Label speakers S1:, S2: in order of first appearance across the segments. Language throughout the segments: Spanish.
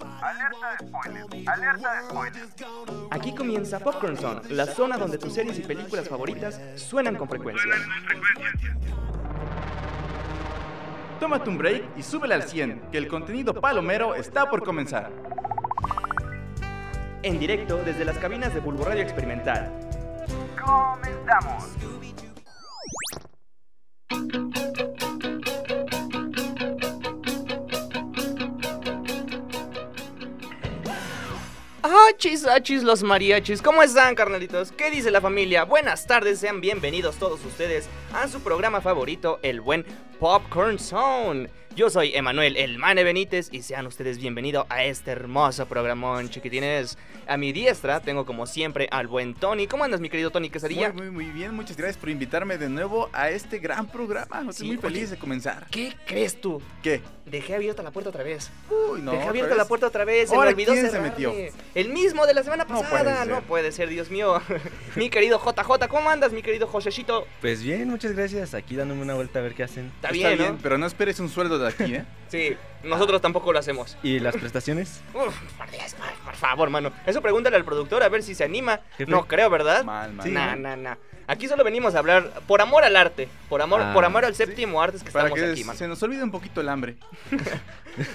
S1: Alerta de spoiler, alerta de spoiler.
S2: Aquí comienza Popcorn Zone, la zona donde tus series y películas favoritas suenan con frecuencia.
S3: Tómate un break y súbele al 100, que el contenido palomero está por comenzar.
S2: En directo desde las cabinas de Bulbo Radio Experimental.
S1: Comenzamos.
S2: Achis, achis, los mariachis. ¿Cómo están, carnalitos? ¿Qué dice la familia? Buenas tardes, sean bienvenidos todos ustedes a su programa favorito, el buen Popcorn Zone. Yo soy Emanuel El Mane Benítez y sean ustedes bienvenidos a este hermoso programón, chiquitines. A mi diestra tengo como siempre al buen Tony. ¿Cómo andas, mi querido Tony
S3: Muy,
S2: Quesadilla?
S3: muy, muy bien, muchas gracias por invitarme de nuevo a este gran programa. Estoy
S2: Sí,
S3: muy feliz
S2: oye.
S3: de comenzar.
S2: ¿Qué crees tú?
S3: ¿Qué?
S2: Dejé abierta la puerta otra vez.
S3: Uy, no.
S2: Dejé
S3: otra
S2: abierta
S3: vez.
S2: la puerta otra vez, se me
S3: Ahora,
S2: olvidó
S3: ¿quién se
S2: cerrarle.
S3: metió?
S2: El mismo de la semana
S3: No puede
S2: pasada,
S3: ser.
S2: no puede ser, Dios mío. mi querido JJ, ¿cómo andas, mi querido Josechito?
S4: Pues bien, muchas gracias. Aquí dándome una vuelta a ver qué hacen.
S2: Está,
S3: Está
S2: bien, ¿no?
S3: pero no esperes un sueldo de aquí, ¿eh?
S2: Sí, nosotros tampoco lo hacemos.
S4: ¿Y las prestaciones?
S2: Uf, por, Dios, por- por favor, mano. Eso pregúntale al productor a ver si se anima.
S4: Jefe.
S2: No creo, ¿verdad?
S3: mal, mal.
S4: Sí,
S2: Nah, nah, nah. Aquí solo venimos a hablar por amor al arte, por amor,
S4: Ah,
S2: por amor al
S3: sí.
S2: séptimo arte es que
S3: Para
S2: estamos
S3: que
S2: aquí,
S3: s-
S2: mano.
S3: se nos olvide un poquito el hambre.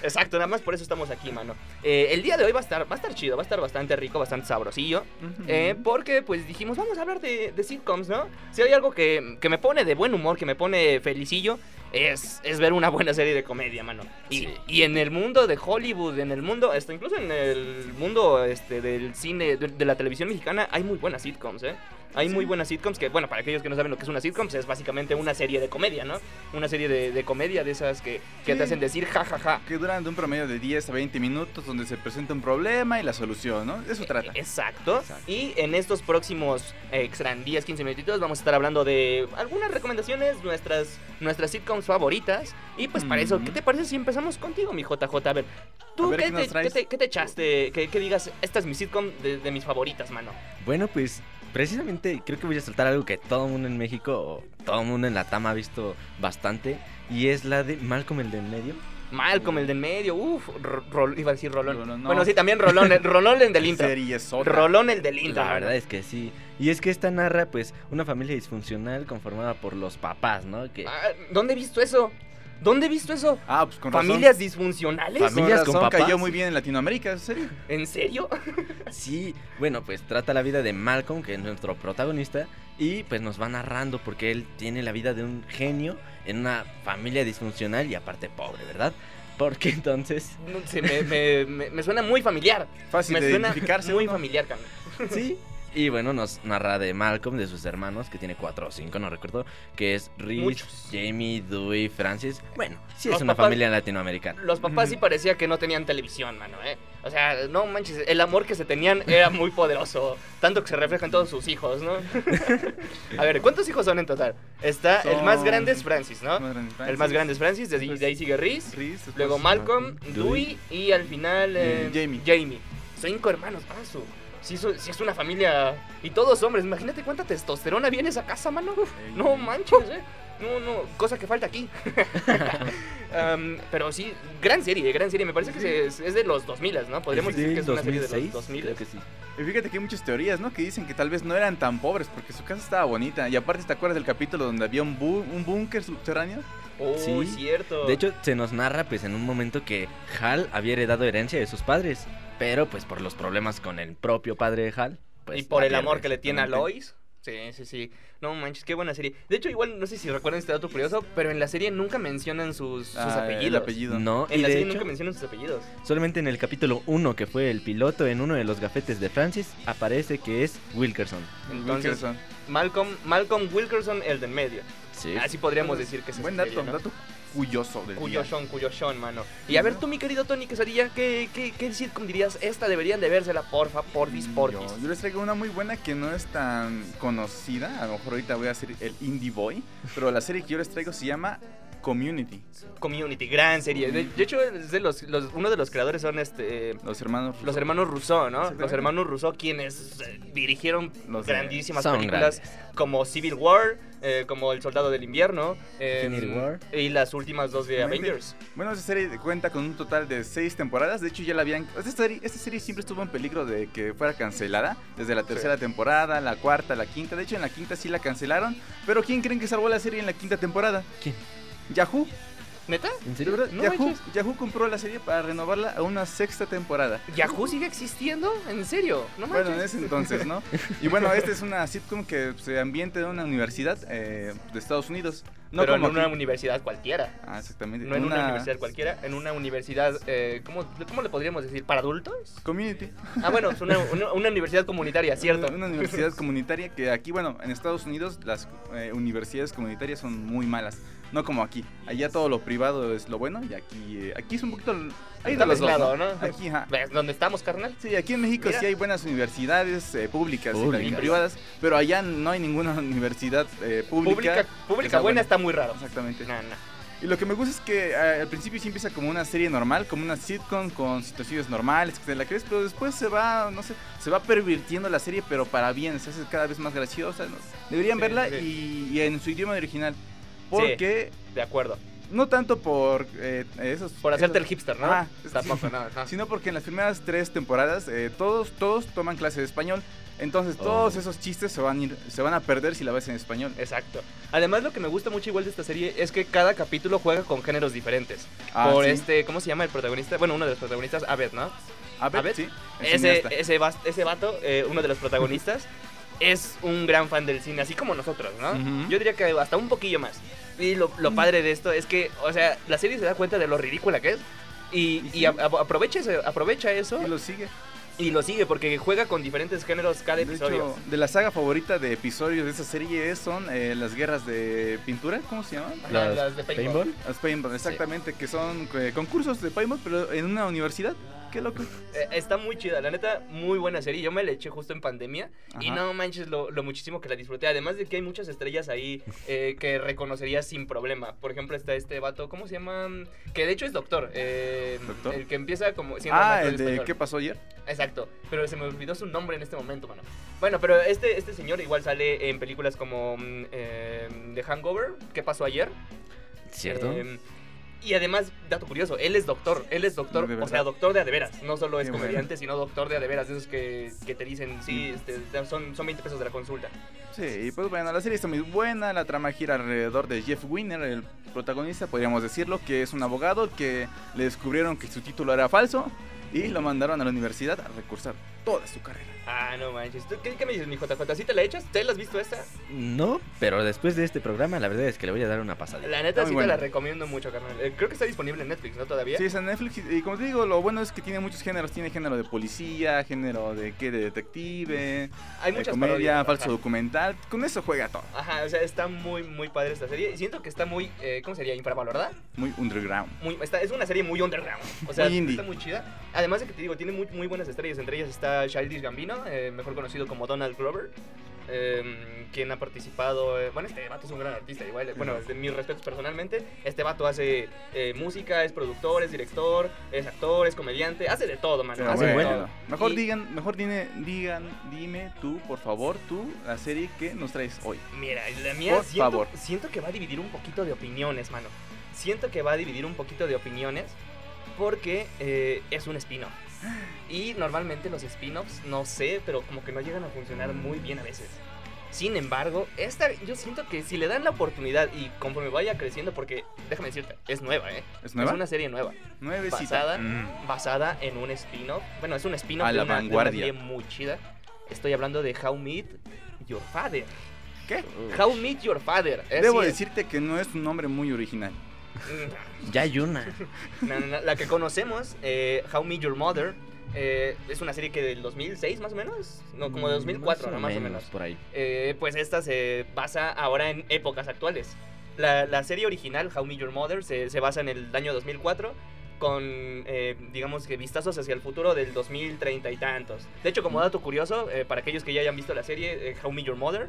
S2: Exacto, nada más por eso estamos aquí, mano. Eh, el día de hoy va a estar, va a estar chido, va a estar bastante rico, bastante sabrosillo. Eh, porque pues dijimos, vamos a hablar de, de sitcoms, ¿no? Si hay algo que, que me pone de buen humor, que me pone felicillo, es, es ver una buena serie de comedia, mano. Y,
S4: Sí.
S2: y en el mundo de Hollywood, en el mundo, hasta incluso en el mundo este, del cine, de, de la televisión mexicana, hay muy buenas sitcoms, ¿eh? Hay muy buenas sitcoms que, bueno, para aquellos que no saben lo que es una sitcom, pues, es básicamente una serie de comedia, ¿no? Una serie de, de comedia de esas que, que
S3: Sí.
S2: te hacen decir ja, ja, ja.
S3: Que duran de un promedio de 10 a 20 minutos donde se presenta un problema y la solución, ¿no?
S2: Eh,
S3: De Eso trata.
S2: Exacto.
S3: Exacto.
S2: Y en estos próximos eh, extra 10, 15 minutitos vamos a estar hablando de algunas recomendaciones, nuestras, nuestras sitcoms favoritas. Y pues para eso,
S3: Ujú.
S2: ¿qué te parece si empezamos contigo, mi JJ? A ver, ¿tú
S3: A ver,
S2: qué,
S3: ¿qué nos
S2: te,
S3: traes?
S2: qué te- qué te echaste? Que, que digas, esta es mi sitcom de, de mis favoritas, mano.
S4: Bueno, pues precisamente creo que voy a soltar algo que todo el mundo en México o todo el mundo en la TAMA ha visto bastante. Y es la de Malcolm el de en medio.
S2: Malcolm, el del medio, uff, iba a decir Rolón.
S3: Rolón, no.
S2: Bueno, sí, también Rolón, el, Rolón el del intro.
S3: Seriezota.
S2: Rolón el del intro.
S4: La
S2: mano.
S4: verdad es que sí. Y es que esta narra pues una familia disfuncional conformada por los papás, ¿no? Que
S2: Ah, ¿Dónde he visto eso? ¿Dónde he visto eso?
S3: Ah, pues con razón.
S2: ¿Familias disfuncionales?
S3: Con
S4: Familias con
S3: razón
S4: papás.
S3: cayó muy bien en Latinoamérica, en serio.
S2: ¿En serio?
S4: Sí, bueno, pues trata la vida de Malcolm, que es nuestro protagonista, y pues nos va narrando porque él tiene la vida de un genio en una familia disfuncional y aparte pobre, ¿verdad? Porque entonces,
S2: No sé, me, me- me- me suena muy familiar.
S3: Fácil
S2: me
S3: de
S2: suena
S3: identificarse.
S2: muy
S3: ¿no?
S2: familiar, carnal.
S4: sí. Y bueno, nos narra de Malcolm, de sus hermanos, que tiene cuatro o cinco, no recuerdo, que es Rhys,
S2: Muchos.
S4: Jamie, Dewey, Francis. Bueno, sí es
S2: Los
S4: una
S2: papás-
S4: familia latinoamericana.
S2: Los papás sí
S3: Ujú.
S2: parecía que no tenían televisión, mano, ¿eh? O sea, no manches, el amor que se tenían era muy poderoso. Tanto que se refleja en todos sus hijos, ¿no? A ver, ¿cuántos hijos son en total? Está el más
S3: Son-
S2: grande es Francis, ¿no? El más grande es Francis, de ahí, de ahí sigue Rhys,
S3: Riz,
S2: luego Malcolm,
S4: Malcolm,
S2: Dewey y al final eh,
S3: Y Jamie.
S2: Cinco hermanos, ah, su. Sí, su- sí es una familia y todos hombres. Imagínate cuánta testosterona viene esa casa, mano. No manches, eh. No, no, cosa que falta aquí. Am, pero sí, gran serie, gran serie. Me parece que se- es, de los 2000, ¿no? Podríamos
S4: Sí,
S2: decir que es una serie de los
S4: 2006,
S2: 2000.
S4: creo que sí.
S3: Y fíjate que hay muchas teorías, ¿no? Que dicen que tal vez no eran tan pobres porque su casa estaba bonita. Y aparte, ¿te acuerdas del capítulo donde había un, bu- un búnker subterráneo?
S2: Oh,
S4: Sí.
S2: cierto.
S4: De hecho, se nos narra pues en un momento que Hal había heredado herencia de sus padres, pero pues por los problemas con el propio padre de Hal. Pues,
S2: y por
S4: la
S2: el amor
S4: pierde,
S2: que le tiene a
S4: exactamente.
S2: Lois. Sí, sí, sí. No manches, qué buena serie. De hecho, igual, no sé si recuerdan este dato curioso, pero en la serie nunca mencionan sus, sus
S3: Ah, El
S2: apellidos.
S3: apellido.
S4: No,
S2: En
S4: y
S2: la
S4: de
S2: serie
S4: hecho,
S2: nunca mencionan sus apellidos.
S4: solamente en el capítulo 1, que fue el piloto, en uno de los gafetes de Francis, aparece que es Wilkerson.
S2: Entonces,
S3: Wilkerson.
S2: Malcolm, Malcolm Wilkerson, el del medio.
S4: Sí.
S2: Así podríamos decir que es
S3: Buen
S2: esta
S3: dato,
S2: serie, ¿no?
S3: dato curioso del día.
S2: Cuyoshon, Cuyoshon, mano. Y a ver tú, mi querido Tony Quesadilla, ¿qué, qué, qué sitcom dirías? Esta deberían de vérsela, porfa, porfis,
S3: Yo,
S2: porfis.
S3: yo les traigo una muy buena que no es tan conocida. A lo mejor ahorita voy a hacer el Indie Boy. Pero la serie que yo les traigo se llama Community.
S2: Community, gran serie. De, de hecho, es de los, los- uno de los creadores son este
S3: Los hermanos. Russo.
S2: los hermanos Rousseau, ¿no?
S3: Exactamente.
S2: Los hermanos Rousseau quienes eh, dirigieron
S3: Los de-
S2: grandísimas
S4: Son
S2: películas como Civil War, eh, como El Soldado del Invierno eh,
S4: Infinity War.
S2: y las últimas dos de Avengers.
S3: Bueno, esa serie cuenta con un total de seis temporadas. De hecho, ya la habían. Esta serie, esta serie siempre estuvo en peligro de que fuera cancelada. Desde la tercera temporada, la cuarta, la quinta. De hecho, en la quinta sí la cancelaron. Pero ¿quién creen que salvó la serie en la quinta temporada?
S4: ¿Quién?
S3: Yahoo.
S2: ¿Neta?
S4: ¿En
S3: De
S4: serio?
S3: verdad,
S2: No
S3: Yahoo,
S2: manches.
S3: Yahoo compró la serie para renovarla a una sexta temporada.
S2: ¿Yahoo sigue existiendo? ¿En serio? No
S3: Bueno, en
S2: manches.
S3: ese entonces, ¿no? Y bueno, esta es una sitcom que se ambienta en una universidad eh, de Estados Unidos. No
S2: Pero
S3: como
S2: en una
S3: aquí.
S2: universidad cualquiera.
S3: Ah, exactamente.
S2: No en una, universidad cualquiera, en una universidad, eh, ¿cómo, ¿cómo le podríamos decir? ¿Para adultos?
S3: Community.
S2: Ah, bueno, es una, una- una universidad comunitaria, ¿cierto?
S3: Una, una universidad comunitaria que aquí, bueno, en Estados Unidos las eh, universidades comunitarias son muy malas. No como aquí. Allá todo lo privado es lo bueno y aquí, eh, aquí es un poquito... Hay
S2: Está
S3: de los dos,
S2: mezclado,
S3: ¿no?
S2: ¿no?
S3: Aquí, ajá.
S2: ¿Ves dónde estamos, carnal?
S3: Sí, aquí en México
S2: Mira.
S3: sí hay buenas universidades eh, públicas y también
S4: Públicas.
S3: privadas, pero allá no hay ninguna universidad eh, pública.
S2: Pública, pública
S3: está
S2: buena,
S3: buena.
S2: está muy raro.
S3: Exactamente.
S2: No, no.
S3: Y lo que me gusta es que eh, al principio sí empieza como una serie normal, como una sitcom con situaciones normales, que te la crees, pero después se va, no sé, se va pervirtiendo la serie, pero para bien, se hace cada vez más graciosa. ¿no? Deberían
S2: Sí,
S3: verla
S2: sí.
S3: Y, y en su idioma original. Porque,
S2: De acuerdo.
S3: no tanto por eh, esos...
S2: Por hacerte el
S3: esos-
S2: hipster, ¿no?
S3: Ah, es-
S2: Tampoco, no, no.
S3: sino porque en las primeras tres temporadas eh, todos todos toman clase de español entonces
S4: Oh.
S3: todos esos chistes se van a ir- se van a perder si la ves en español
S2: Exacto. Además, lo que me gusta mucho igual de esta serie es que cada capítulo juega con géneros diferentes.
S3: Ah,
S2: Por
S3: sí.
S2: este, ¿cómo se llama el protagonista? Bueno, uno de los protagonistas, Abed, ¿no?
S3: a ver,
S2: a ver,
S3: sí, el
S2: Ese,
S3: cineasta.
S2: ese, vas- ese vato, eh, uno de los protagonistas, es un gran fan del cine, así como nosotros, ¿no?
S3: Ujú.
S2: Yo diría que hasta un poquillo más. Y lo, lo padre de esto es que, o sea, la serie se da cuenta de lo ridícula que es. Y,
S3: Y
S2: y
S3: sí.
S2: a- a- aprovecha, ese- aprovecha eso
S3: y lo sigue
S2: y lo sigue porque juega con diferentes géneros cada
S3: de
S2: episodio.
S3: hecho de la saga favorita de episodios de esa serie es- son eh, las guerras de pintura cómo se llaman
S2: La- las de paintball.
S3: Las paintball, exactamente, que son eh, concursos de paintball, pero en una universidad. Qué loco.
S2: Eh, está muy chida, la neta, muy buena serie. Yo me la eché justo en pandemia y
S3: Ajá.
S2: no manches lo, lo muchísimo que la disfruté. Además de que hay muchas estrellas ahí eh, que reconocerías sin problema. Por ejemplo, está este vato, ¿cómo se llama? Que de hecho es doctor. eh,
S3: ¿Doctor?
S2: El que empieza como... siendo
S3: Ah,
S2: maestro
S3: el de
S2: español.
S3: ¿Qué pasó ayer?
S2: Exacto, pero se me olvidó su nombre en este momento, mano. Bueno, pero este, este señor igual sale en películas como mm, eh, The Hangover, ¿Qué pasó ayer?
S4: ¿Cierto?
S2: Eh, y además, dato curioso, él es doctor, él es doctor,
S3: De
S2: o
S3: verdad.
S2: sea, doctor de adeveras. No solo es
S3: Qué bueno.
S2: comediante, sino doctor de adeveras, de esos que, que te dicen, sí,
S3: Mm.
S2: este, te- son, son 20 pesos de la consulta.
S3: Sí, y pues bueno, la serie está muy buena, la trama gira alrededor de Jeff Winner, el protagonista, podríamos decirlo, que es un abogado que le descubrieron que su título era falso y lo mandaron a la universidad a recursar toda su carrera.
S2: Ah, no manches. ¿Tú qué, qué me dices, mi JJ? ¿Sí te la echas? ¿Te la has visto esta?
S4: No, pero después de este programa, la verdad es que le voy a dar una pasadita.
S2: La neta
S3: Está
S2: sí
S3: muy
S2: te la
S3: buena.
S2: recomiendo mucho, carnal. Eh, creo que está disponible en Netflix, ¿no? Todavía.
S3: Sí, es en Netflix y, y como te digo, lo bueno es que tiene muchos géneros, tiene género de policía, género de qué, de detective,
S2: Hay
S3: de
S2: muchas
S3: comedia,
S2: parodias,
S3: falso
S2: ajá.
S3: documental, con eso juega todo,
S2: Ajá, o sea, está muy, muy padre esta serie. Y Siento que está muy, eh, ¿cómo sería? Infravalorada.
S3: muy underground.
S2: Muy, está, es una serie muy underground. O sea,
S3: Muy indie.
S2: está muy chida. Además de que te digo, tiene muy, muy buenas estrellas. Entre ellas está Childish Gambino, eh, mejor conocido como Donald Glover. eh, quien ha participado eh, bueno este vato es un gran artista igual eh, bueno de mis respetos personalmente este vato hace eh, música es productor es director es actor es comediante hace de todo mano
S3: Pero
S2: hace de
S4: bueno.
S2: todo.
S3: Mejor
S2: Ah, Y-
S3: digan, mejor dine- digan, dime tú, por favor, tú, la serie que nos traes hoy.
S2: Mira, la mía
S3: Por
S2: siento,
S3: favor.
S2: siento que va a dividir un poquito de opiniones, mano. Siento que va a dividir un poquito de opiniones porque eh, es un spin-off. Y normalmente los spin-offs, no sé, pero como que no llegan a funcionar muy bien a veces. Sin embargo, esta yo siento que si le dan la oportunidad y conforme vaya creciendo, porque déjame decirte, es nueva, ¿eh?
S3: ¿Es nueva?
S2: Es una serie nueva,
S3: Nuevecita.
S2: basada,
S3: Mm.
S2: basada en un spin-off. Bueno, es un spin-off
S3: A
S2: de,
S3: la
S2: una- de una
S3: vanguardia.
S2: serie muy chida. Estoy hablando de How Meet Your Father.
S3: ¿Qué?
S2: How Meet Your Father. Así
S3: Debo
S2: es.
S3: decirte que no es un nombre muy original.
S2: Mm,
S4: Ya hay una.
S2: No, no, no, La que conocemos, eh, How Meet Your Mother, eh, es una serie que del 2006 más o menos, no, como de 2004, ¿no? Mm, más o menos.
S4: Por ahí.
S2: Eh, pues esta se basa ahora en épocas actuales. La, la serie original, How Meet Your Mother, se, se basa en el año 2004 con, eh, digamos que, vistazos hacia el futuro del 2030 y tantos. De hecho, como dato curioso, eh, para aquellos que ya hayan visto la serie eh, How Meet Your Mother,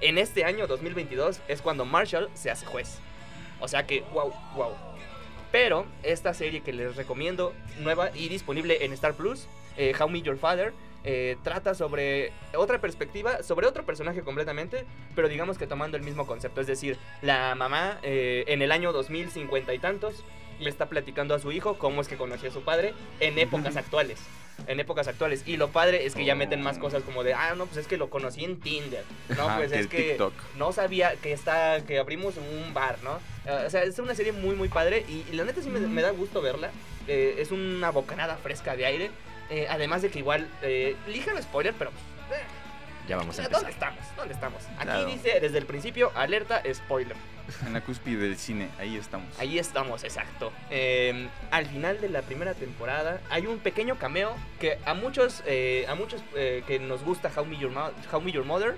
S2: en este año 2022 es cuando Marshall se hace juez. O sea que, wow, wow. Pero esta serie que les recomiendo, nueva y disponible en Star Plus, eh, How Me Your Father, eh, trata sobre otra perspectiva, sobre otro personaje completamente, pero digamos que tomando el mismo concepto. Es decir, la mamá eh, en el año 2050 y tantos le está platicando a su hijo cómo es que conoció a su padre en épocas actuales. En épocas actuales. Y lo padre es que ya meten más cosas como de, ah, no, pues es que lo conocí en Tinder. No,
S3: Ajá,
S2: pues
S3: que
S2: es
S3: el
S2: que
S3: TikTok.
S2: no sabía que está que abrimos un bar, ¿no? Eh, o sea, es una serie muy, muy padre y, y la neta sí me, me da gusto verla. Eh, es una bocanada fresca de aire. Eh, además de que igual, eh, ligero spoiler, pero pues, eh,
S4: Ya vamos a
S2: ¿dónde
S4: empezar.
S2: estamos? ¿Dónde estamos? Aquí
S3: Claro.
S2: dice desde el principio, alerta, spoiler.
S3: En la cúspide del cine, ahí estamos.
S2: Ahí estamos, exacto. Eh, al final de la primera temporada hay un pequeño cameo que a muchos, eh, a muchos eh, que nos gusta How Me Your, Mo- How Me Your Mother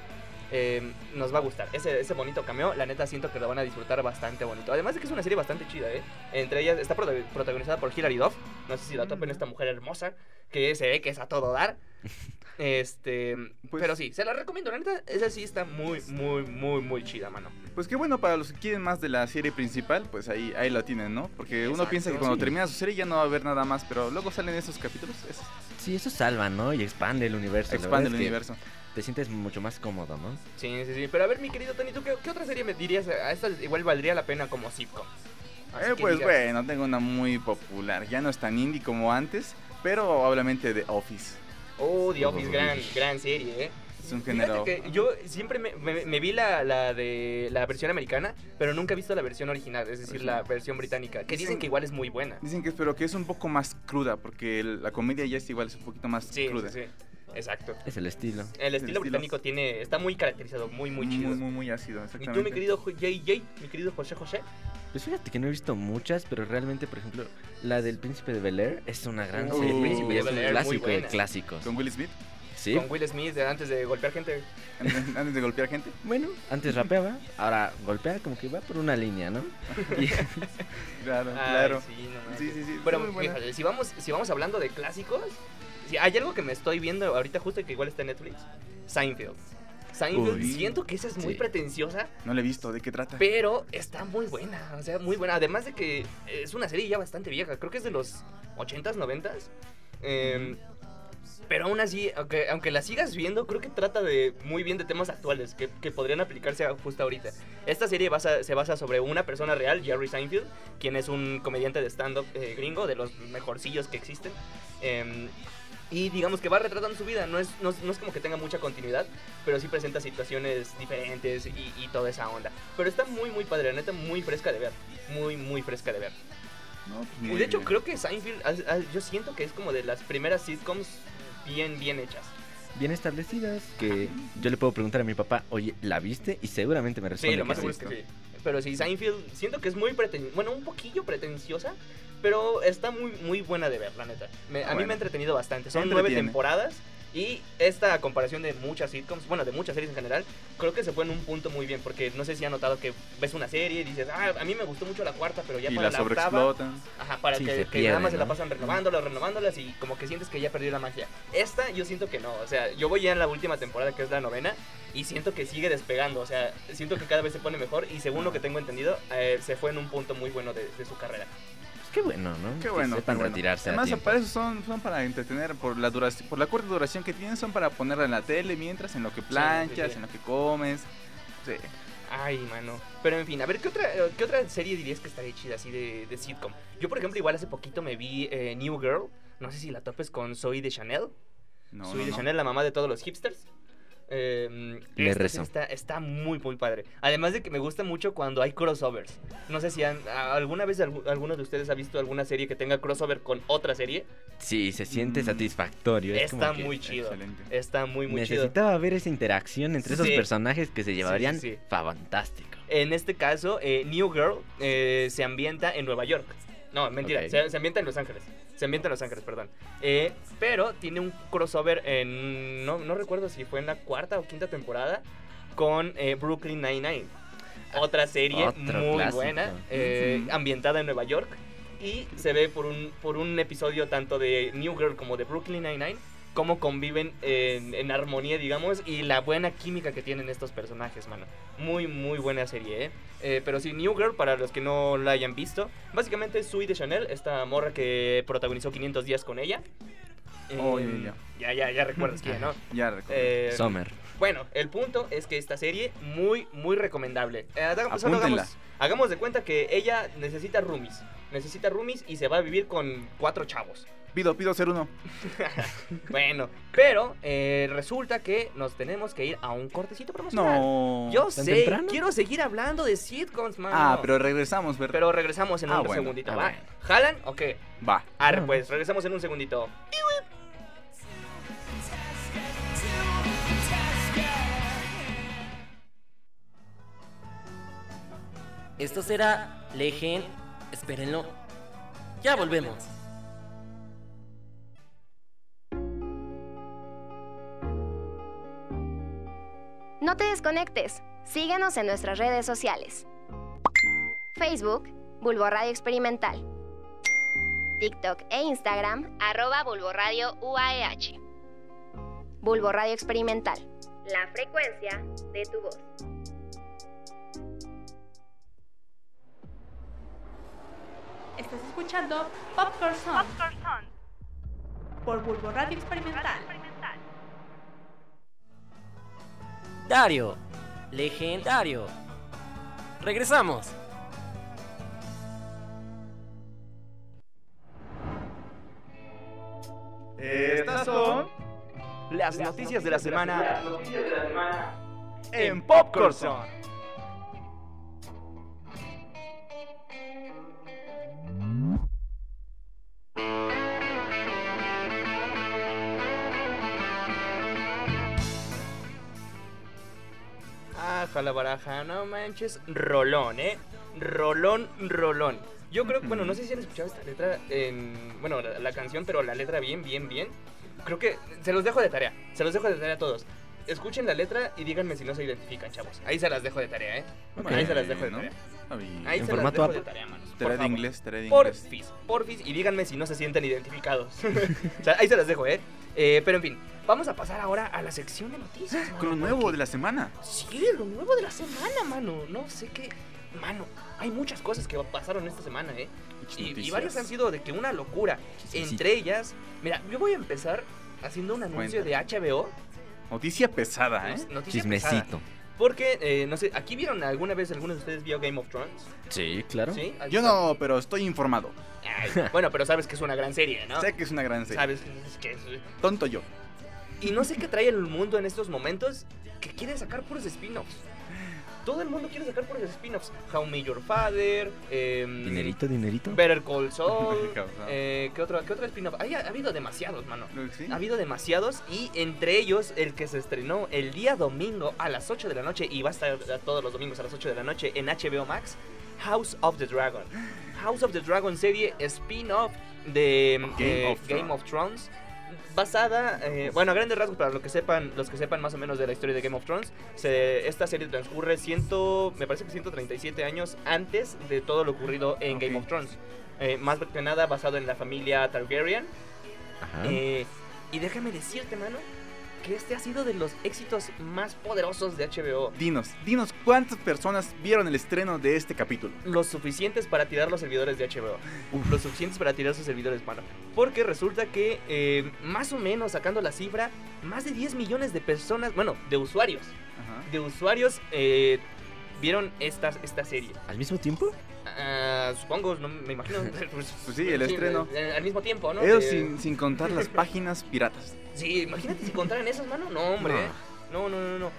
S2: eh, nos va a gustar. Ese, ese bonito cameo, la neta siento que lo van a disfrutar bastante bonito. Además de que es una serie bastante chida, ¿eh? Entre ellas está prota- protagonizada por Hilary Duff. No sé si la topen esta mujer hermosa que se ve que es a todo dar. Este,
S3: Pues-
S2: pero sí, se la recomiendo, la neta, esa sí está muy, muy, muy, muy chida, mano.
S3: Pues qué bueno, para los que quieren más de la serie principal, pues ahí, ahí lo tienen, ¿no? Porque uno
S2: Exacto,
S3: piensa que cuando
S4: sí.
S3: termina su serie ya no va a haber nada más, pero luego salen esos capítulos, es-
S4: Sí, eso salva, ¿no? Y expande el universo. la
S3: expande el
S4: verdad es que
S3: universo.
S4: Te sientes mucho más cómodo, ¿no?
S2: Sí, sí, sí. Pero a ver, mi querido Tony, ¿tú qué, qué otra serie me dirías? A esta igual valdría la pena como sitcom. Así
S3: Eh,
S2: que
S3: pues
S2: digas,
S3: bueno, tengo una muy popular, ya no es tan indie como antes, pero obviamente de Office.
S2: Oh, The Office,
S4: Uy.
S2: gran, gran serie, ¿eh?
S3: Es un
S2: Fíjate
S3: género...
S2: que yo siempre me, me- me vi la, la de la versión americana, pero nunca he visto la versión original, es decir, la versión británica, que dicen
S3: Dicen-
S2: que igual es muy buena.
S3: Dicen que pero que es un poco más cruda, porque el- la comedia ya es igual, es un poquito más
S2: Sí,
S3: cruda.
S2: sí, sí. Exacto.
S4: Es el estilo.
S2: El estilo
S3: estilo.
S2: británico tiene está muy caracterizado, muy, muy chido.
S3: Muy, muy, muy ácido,
S2: ¿Y
S3: exactamente.
S2: tú, mi querido Jo- JJ, mi querido José José?
S4: Pues fíjate que no he visto muchas, pero realmente, por ejemplo, la del Príncipe de Bel Air es una gran
S2: Uh,
S4: serie.
S3: El Príncipe de
S4: es un
S2: Bel-Air, muy
S4: clásico de
S2: buena.
S4: clásicos.
S3: ¿Con Will Smith?
S4: Sí.
S2: Con Will Smith, de antes de golpear gente.
S3: Antes antes de golpear gente.
S4: Bueno, antes rapeaba, ahora golpea como que va por una línea, ¿no? Y-
S3: Claro,
S2: Ay,
S3: claro.
S2: sí, no manches.
S3: Sí, sí, sí.
S2: Pero
S3: está muy buena.
S2: fíjate, si vamos, si vamos hablando de clásicos, si hay algo que me estoy viendo ahorita justo y que igual está en Netflix, Seinfeld. Seinfeld,
S3: Uy.
S2: siento que esa es muy
S4: Sí.
S2: pretenciosa,
S3: No la he visto, ¿de qué trata?
S2: pero está muy buena, o sea, muy buena. Además de que es una serie ya bastante vieja, creo que es de los 80s, 90s. eh, pero aún así, aunque, aunque la sigas viendo, creo que trata de muy bien de temas actuales que, que podrían aplicarse a- justo ahorita. Esta serie basa- se basa sobre una persona real, Jerry Seinfeld, quien es un comediante de stand-up eh, gringo, de los mejorcillos que existen. Em, y digamos que va retratando su vida, no es, no, es- no es como que tenga mucha continuidad, pero sí presenta situaciones diferentes y, y toda esa onda. Pero está muy, muy padre, la neta, muy fresca de ver. Muy, muy fresca de ver.
S3: No, pues
S2: Y
S3: muy
S2: de hecho,
S3: bien.
S2: creo que Seinfeld, ah, ah, yo siento que es como de las primeras sitcoms bien, bien hechas.
S4: bien establecidas que yo le puedo preguntar a mi papá, oye, ¿la viste? Y seguramente me responde
S2: Sí, lo
S4: que
S2: más
S4: sí.
S2: seguro es que sí. Pero sí, Seinfeld, siento que es muy pretenciosa, bueno, un poquillo pretenciosa, pero está muy, muy buena de ver, la neta. Me- a mí
S3: Bueno.
S2: me ha entretenido bastante. Son
S3: Entretiene.
S2: nueve temporadas y esta a comparación de muchas sitcoms, bueno, de muchas series en general, creo que se fue en un punto muy bien, porque no sé si han notado que ves una serie y dices, ah, a mí me gustó mucho la cuarta, pero ya
S3: Y
S2: para
S3: la
S2: la octava,
S3: sobreexplotan.
S2: ajá, para
S4: Sí,
S2: que,
S4: se
S2: que
S4: pierde,
S2: nada más se la
S4: ¿no?
S2: pasan renovándolas, renovándolas y como que sientes que ya perdió la magia. Esta yo siento que no, o sea, yo voy ya en la última temporada que es la novena y siento que sigue despegando, o sea, siento que cada vez se pone mejor y según lo que tengo entendido, eh, se fue en un punto muy bueno de, de su carrera.
S4: Pues qué bueno, ¿no?
S3: Qué bueno.
S4: Que sepan
S3: qué bueno.
S4: retirarse a
S3: Además,
S4: tiempo.
S3: para eso son, son para entretener, por la duración, por la corta duración que tienen, son para ponerla en la tele mientras, en lo que planchas,
S2: sí.
S3: en lo que comes. Sí.
S2: Ay, mano. Pero en fin, a ver, ¿qué otra, eh, qué otra serie dirías que estaría chida así de, de sitcom? Yo, por ejemplo, igual hace poquito me vi eh, New Girl, no sé si la topes con Zoe de Chanel.
S3: No,
S2: Soy
S3: no,
S2: de
S3: no.
S2: Chanel, la mamá de todos los hipsters. Eh,
S4: Le
S2: esta sí
S4: rezo.
S2: Está, está muy, muy padre. Además de que me gusta mucho cuando hay crossovers. No sé si han- a- alguna vez algu- alguno de ustedes ha visto alguna serie que tenga crossover con otra serie.
S4: Sí, se siente
S3: Mm.
S4: satisfactorio. es como
S2: está
S4: que
S2: muy chido.
S3: Excelente.
S2: Está muy, muy chido.
S4: Necesitaba ver esa interacción entre esos
S2: Sí.
S4: personajes que se llevarían
S2: sí, sí.
S4: fantástico.
S2: En este caso, eh, New Girl eh, se ambienta en Nueva York. No, mentira,
S4: Ok.
S2: se, se ambienta en Los Ángeles. Se ambienta en Los Ángeles, perdón. Eh, pero tiene un crossover en. No, no recuerdo si fue en la cuarta o quinta temporada con eh, Brooklyn Nine-Nine. Otra serie
S4: Otro
S2: muy
S4: clásico.
S2: buena, eh,
S3: Ujú.
S2: ambientada en Nueva York. Y se ve por un, por un episodio tanto de New Girl como de Brooklyn Nine-Nine cómo conviven en, en armonía, digamos, y la buena química que tienen estos personajes, mano. Muy, muy buena serie, ¿eh? Eh, pero sí, New Girl, para los que no la hayan visto, básicamente es Sui de Chanel, esta morra que protagonizó 500 días con ella.
S3: Oh,
S2: Eh,
S3: ya,
S2: ya, ya, ya recuerdas quién, ¿no?
S3: Ya recuerdo.
S2: Eh,
S4: Summer.
S2: bueno, el punto es que esta serie muy, muy recomendable. Eh, hagamos, solo
S3: Apúntenla.
S2: hagamos, hagamos de cuenta que ella necesita roomies. Necesita roomies y se va a vivir con cuatro chavos.
S3: Pido, pido ser uno.
S2: Bueno, pero eh, resulta que nos tenemos que ir a un cortecito promocional.
S3: No.
S2: Yo
S4: ¿Tan
S2: sé,
S4: temprano?
S2: quiero seguir hablando de sitcoms, mano.
S3: Ah, pero regresamos, ¿verdad?
S2: Pero regresamos en
S3: Ah,
S2: un
S3: bueno,
S2: segundito,
S4: ah,
S2: ¿va?
S4: bueno.
S2: ¿Jalan o qué?
S3: Va.
S2: Arre,
S4: Ah.
S2: pues, regresamos en un segundito.
S5: Esto será Legend. Espérenlo. Ya volvemos.
S6: No te desconectes. Síguenos en nuestras redes sociales. Facebook, Bulbo Radio Experimental. TikTok e Instagram, arroba Bulbo Radio UAEH. Bulbo Radio Experimental. La frecuencia de tu voz.
S7: Estás escuchando Popcorn Sound por Bulbo Radio Experimental.
S5: Dario. Legendario. Regresamos.
S3: Estas son
S2: Las, noticias de la semana
S3: en Popcorn
S2: Ajá la baraja, no manches, rolón, ¿eh? Rolón, rolón. Yo creo, bueno, no sé si han escuchado esta letra en, bueno, la, la canción, pero la letra bien, bien, bien. Creo que se los dejo de tarea, se los dejo de tarea a todos. Escuchen la letra y díganme si no se identifican, chavos. Ahí se las dejo de tarea, ¿eh? Ahí se las dejo de
S3: ¿no?
S2: tarea.
S3: Está bien.
S2: Ahí
S4: En
S2: se las
S4: formato
S2: dejo de
S4: app.
S2: tarea, manos. por
S3: Tarea de
S2: favor.
S3: inglés, tarea de inglés.
S2: Porfis, porfis, y díganme si no se sienten identificados. O sea, ahí se las dejo, ¿eh? Eh, Pero en fin, vamos a pasar ahora a la sección de noticias.
S3: Con lo
S2: mano,
S3: nuevo
S2: porque-
S3: de la semana.
S2: Sí, lo nuevo de la semana, mano. No sé qué. Mano, hay muchas cosas que pasaron esta semana, ¿eh?
S3: Muchas
S2: Y, em- y
S3: noticias.
S2: varias han sido de que una locura. Entre ellas, mira, yo voy a empezar haciendo un anuncio de HBO.
S3: Noticia pesada, ¿eh?
S2: Noticia pesada.
S4: Ah, Chismecito.
S2: Porque, eh, no sé, ¿aquí vieron alguna vez, alguno de ustedes vio Game of Thrones?
S4: Sí, claro.
S2: ¿Sí?
S3: Yo no, pero estoy informado.
S2: Ay, bueno, pero sabes que es una gran serie, ¿no?
S3: Sé que es una gran serie.
S2: Sabes que es-
S3: Tonto yo.
S2: Y no sé qué trae el mundo en estos momentos que quiere sacar puros spin-offs. Todo el mundo quiere sacar puros spin-offs. How Me Your Father, em,
S4: Dinerito, dinerito.
S2: Better Call Saul.
S3: Cabrón.
S2: eh, ¿Qué otro, qué otro spin-off? Ay, Ha, ha habido demasiados, mano.
S3: Luego, ¿sí?
S2: Ha habido demasiados y entre ellos el que se estrenó el día domingo a las 8 de la noche y va a estar a todos los domingos a las 8 de la noche en HBO Max, House of the Dragon. House of the Dragon serie spin-off de
S3: Game
S2: eh,
S3: of
S2: Game of Thrones. Basada, eh, bueno, a grandes rasgos, para los que sepan, los que sepan más o menos de la historia de Game of Thrones, se- esta serie transcurre 100, me parece que 137 años antes de todo lo ocurrido en Game
S3: Ok.
S2: of Thrones. Eh, más que nada basado en la familia Targaryen,
S4: Ajá.
S3: ¿Ah?
S2: eh, y déjame decirte, mano, que este ha sido de los éxitos más poderosos de HBO.
S3: Dinos, dinos cuántas personas vieron el estreno de este capítulo.
S2: Los suficientes para tirar los servidores de HBO. Los suficientes para tirar sus servidores, mano. Porque resulta que, eh, más o menos, sacando la cifra, más de 10 millones de personas, bueno, de usuarios,
S3: Ajá.
S2: de usuarios eh, vieron esta, esta serie.
S4: ¿Al mismo tiempo?
S2: Ah, supongo, no me imagino. Pues,
S3: Pues sí, el estreno.
S2: eh, Al mismo tiempo, ¿no?
S3: Eso
S2: Eh,
S3: sin, sin contar las páginas piratas.
S2: Sí, imagínate si contaran esas, mano. No, hombre. ¿eh? No, no, no, no.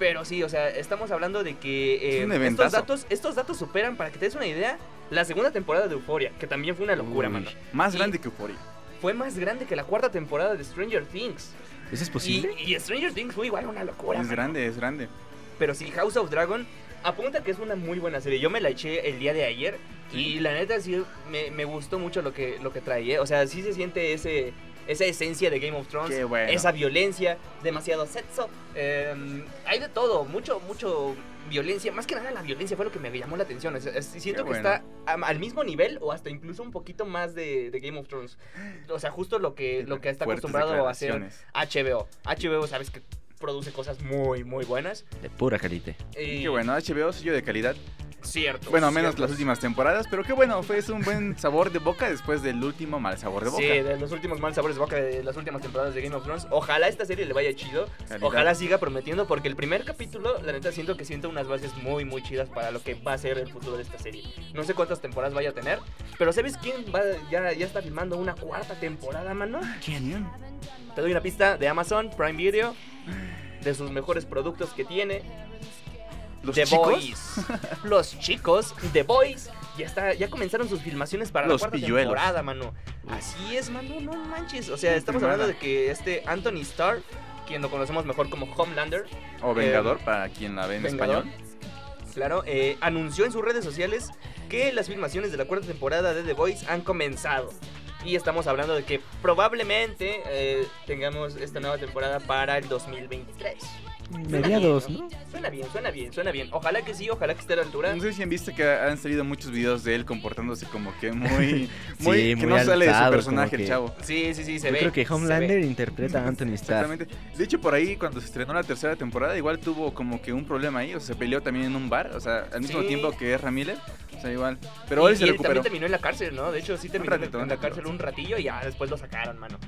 S2: Pero sí, o sea, estamos hablando de que eh,
S3: Es un
S2: estos
S3: eventazo.
S2: datos estos datos superan, para que te des una idea, la segunda temporada de Euforia, que también fue una locura,
S4: Uy.
S2: mano.
S3: Más
S2: Y-
S3: grande que Euphoria.
S2: Fue más grande que la cuarta temporada de Stranger Things.
S4: ¿Eso es
S2: Y,
S4: posible?
S2: y Stranger Things fue igual una locura.
S3: Pues Es
S2: mano.
S3: grande, es grande.
S2: Pero sí, House of Dragon apunta que es una muy buena serie. Yo me la eché el día de ayer y la neta sí me, me gustó mucho lo que, lo que trae. ¿eh? O sea, sí se siente ese, esa esencia de Game of Thrones,
S3: Qué bueno.
S2: esa violencia, demasiado sexo. eh, hay de todo, mucho, mucho violencia. Más que nada la violencia fue lo que me llamó la atención. o sea, es- siento
S3: Qué
S2: que
S3: bueno.
S2: está am- al mismo nivel o hasta incluso un poquito más de, de Game of Thrones. O sea, justo lo que, Eh, lo que está
S3: Fuertes
S2: acostumbrado a hacer
S3: declaraciones.
S2: HBO. HBO, sabes que produce cosas muy, muy buenas.
S4: De pura calite.
S2: Y
S3: Qué bueno, HBO sello de calidad.
S2: Cierto.
S3: Bueno, menos
S2: cierto.
S3: las últimas temporadas, pero qué bueno, fue es un buen sabor de boca después del último mal sabor de boca.
S2: Sí, de los últimos mal sabores de boca de las últimas temporadas de Game of Thrones. Ojalá esta serie le vaya chido.
S3: Calidad.
S2: Ojalá siga prometiendo, porque el primer capítulo, la neta, siento que sienta unas bases muy, muy chidas para lo que va a ser el futuro de esta serie. No sé cuántas temporadas vaya a tener, pero ¿sabes quién va, ya, ya está filmando una cuarta temporada, mano?
S3: Genial.
S2: Te doy una pista de Amazon Prime Video, de sus mejores productos que tiene,
S3: Los
S2: The
S3: chicos,
S2: Boys. Los chicos, The Boys. Ya, está, ya comenzaron sus filmaciones para
S3: Los
S2: la cuarta
S3: pilluelos.
S2: temporada, mano. Así es, mano, no manches. O sea,
S3: Una
S2: estamos
S3: primera.
S2: hablando de que este Anthony Starr, quien lo conocemos mejor como Homelander,
S3: o Vengador para quien la ve en
S2: Eh, Vengador.
S3: español.
S2: claro, eh, anunció en sus redes sociales que las filmaciones de la cuarta temporada de The Voice han comenzado. Y estamos hablando de que probablemente eh, tengamos esta nueva temporada para el 2023.
S4: Mediados, ¿no?
S2: Suena bien, suena bien, suena bien. Ojalá que sí, ojalá que esté a la altura.
S3: No sé si han visto que han salido muchos videos de él comportándose como que muy muy
S4: Sí,
S3: que
S4: muy
S3: no sale de su
S4: alzado,
S3: personaje
S4: como
S3: el
S4: que-
S3: chavo.
S2: Sí, sí, sí, se
S4: Yo
S2: ve.
S4: creo que
S2: se
S4: Homelander
S2: ve.
S4: interpreta a Anthony Starr.
S3: Exactamente. De hecho, por ahí, cuando se estrenó la tercera temporada, igual tuvo como que un problema ahí. O sea, se peleó también en un bar. O sea, al mismo
S2: Sí.
S3: tiempo que es Ramírez. O sea, igual. Pero ahora
S2: Y- y
S3: se
S2: él
S3: recuperó.
S2: también terminó en la cárcel, ¿no? De hecho, sí terminó en-
S3: ratito,
S2: en
S3: un
S2: la
S3: ratito.
S2: cárcel un ratillo y ya después lo sacaron, mano.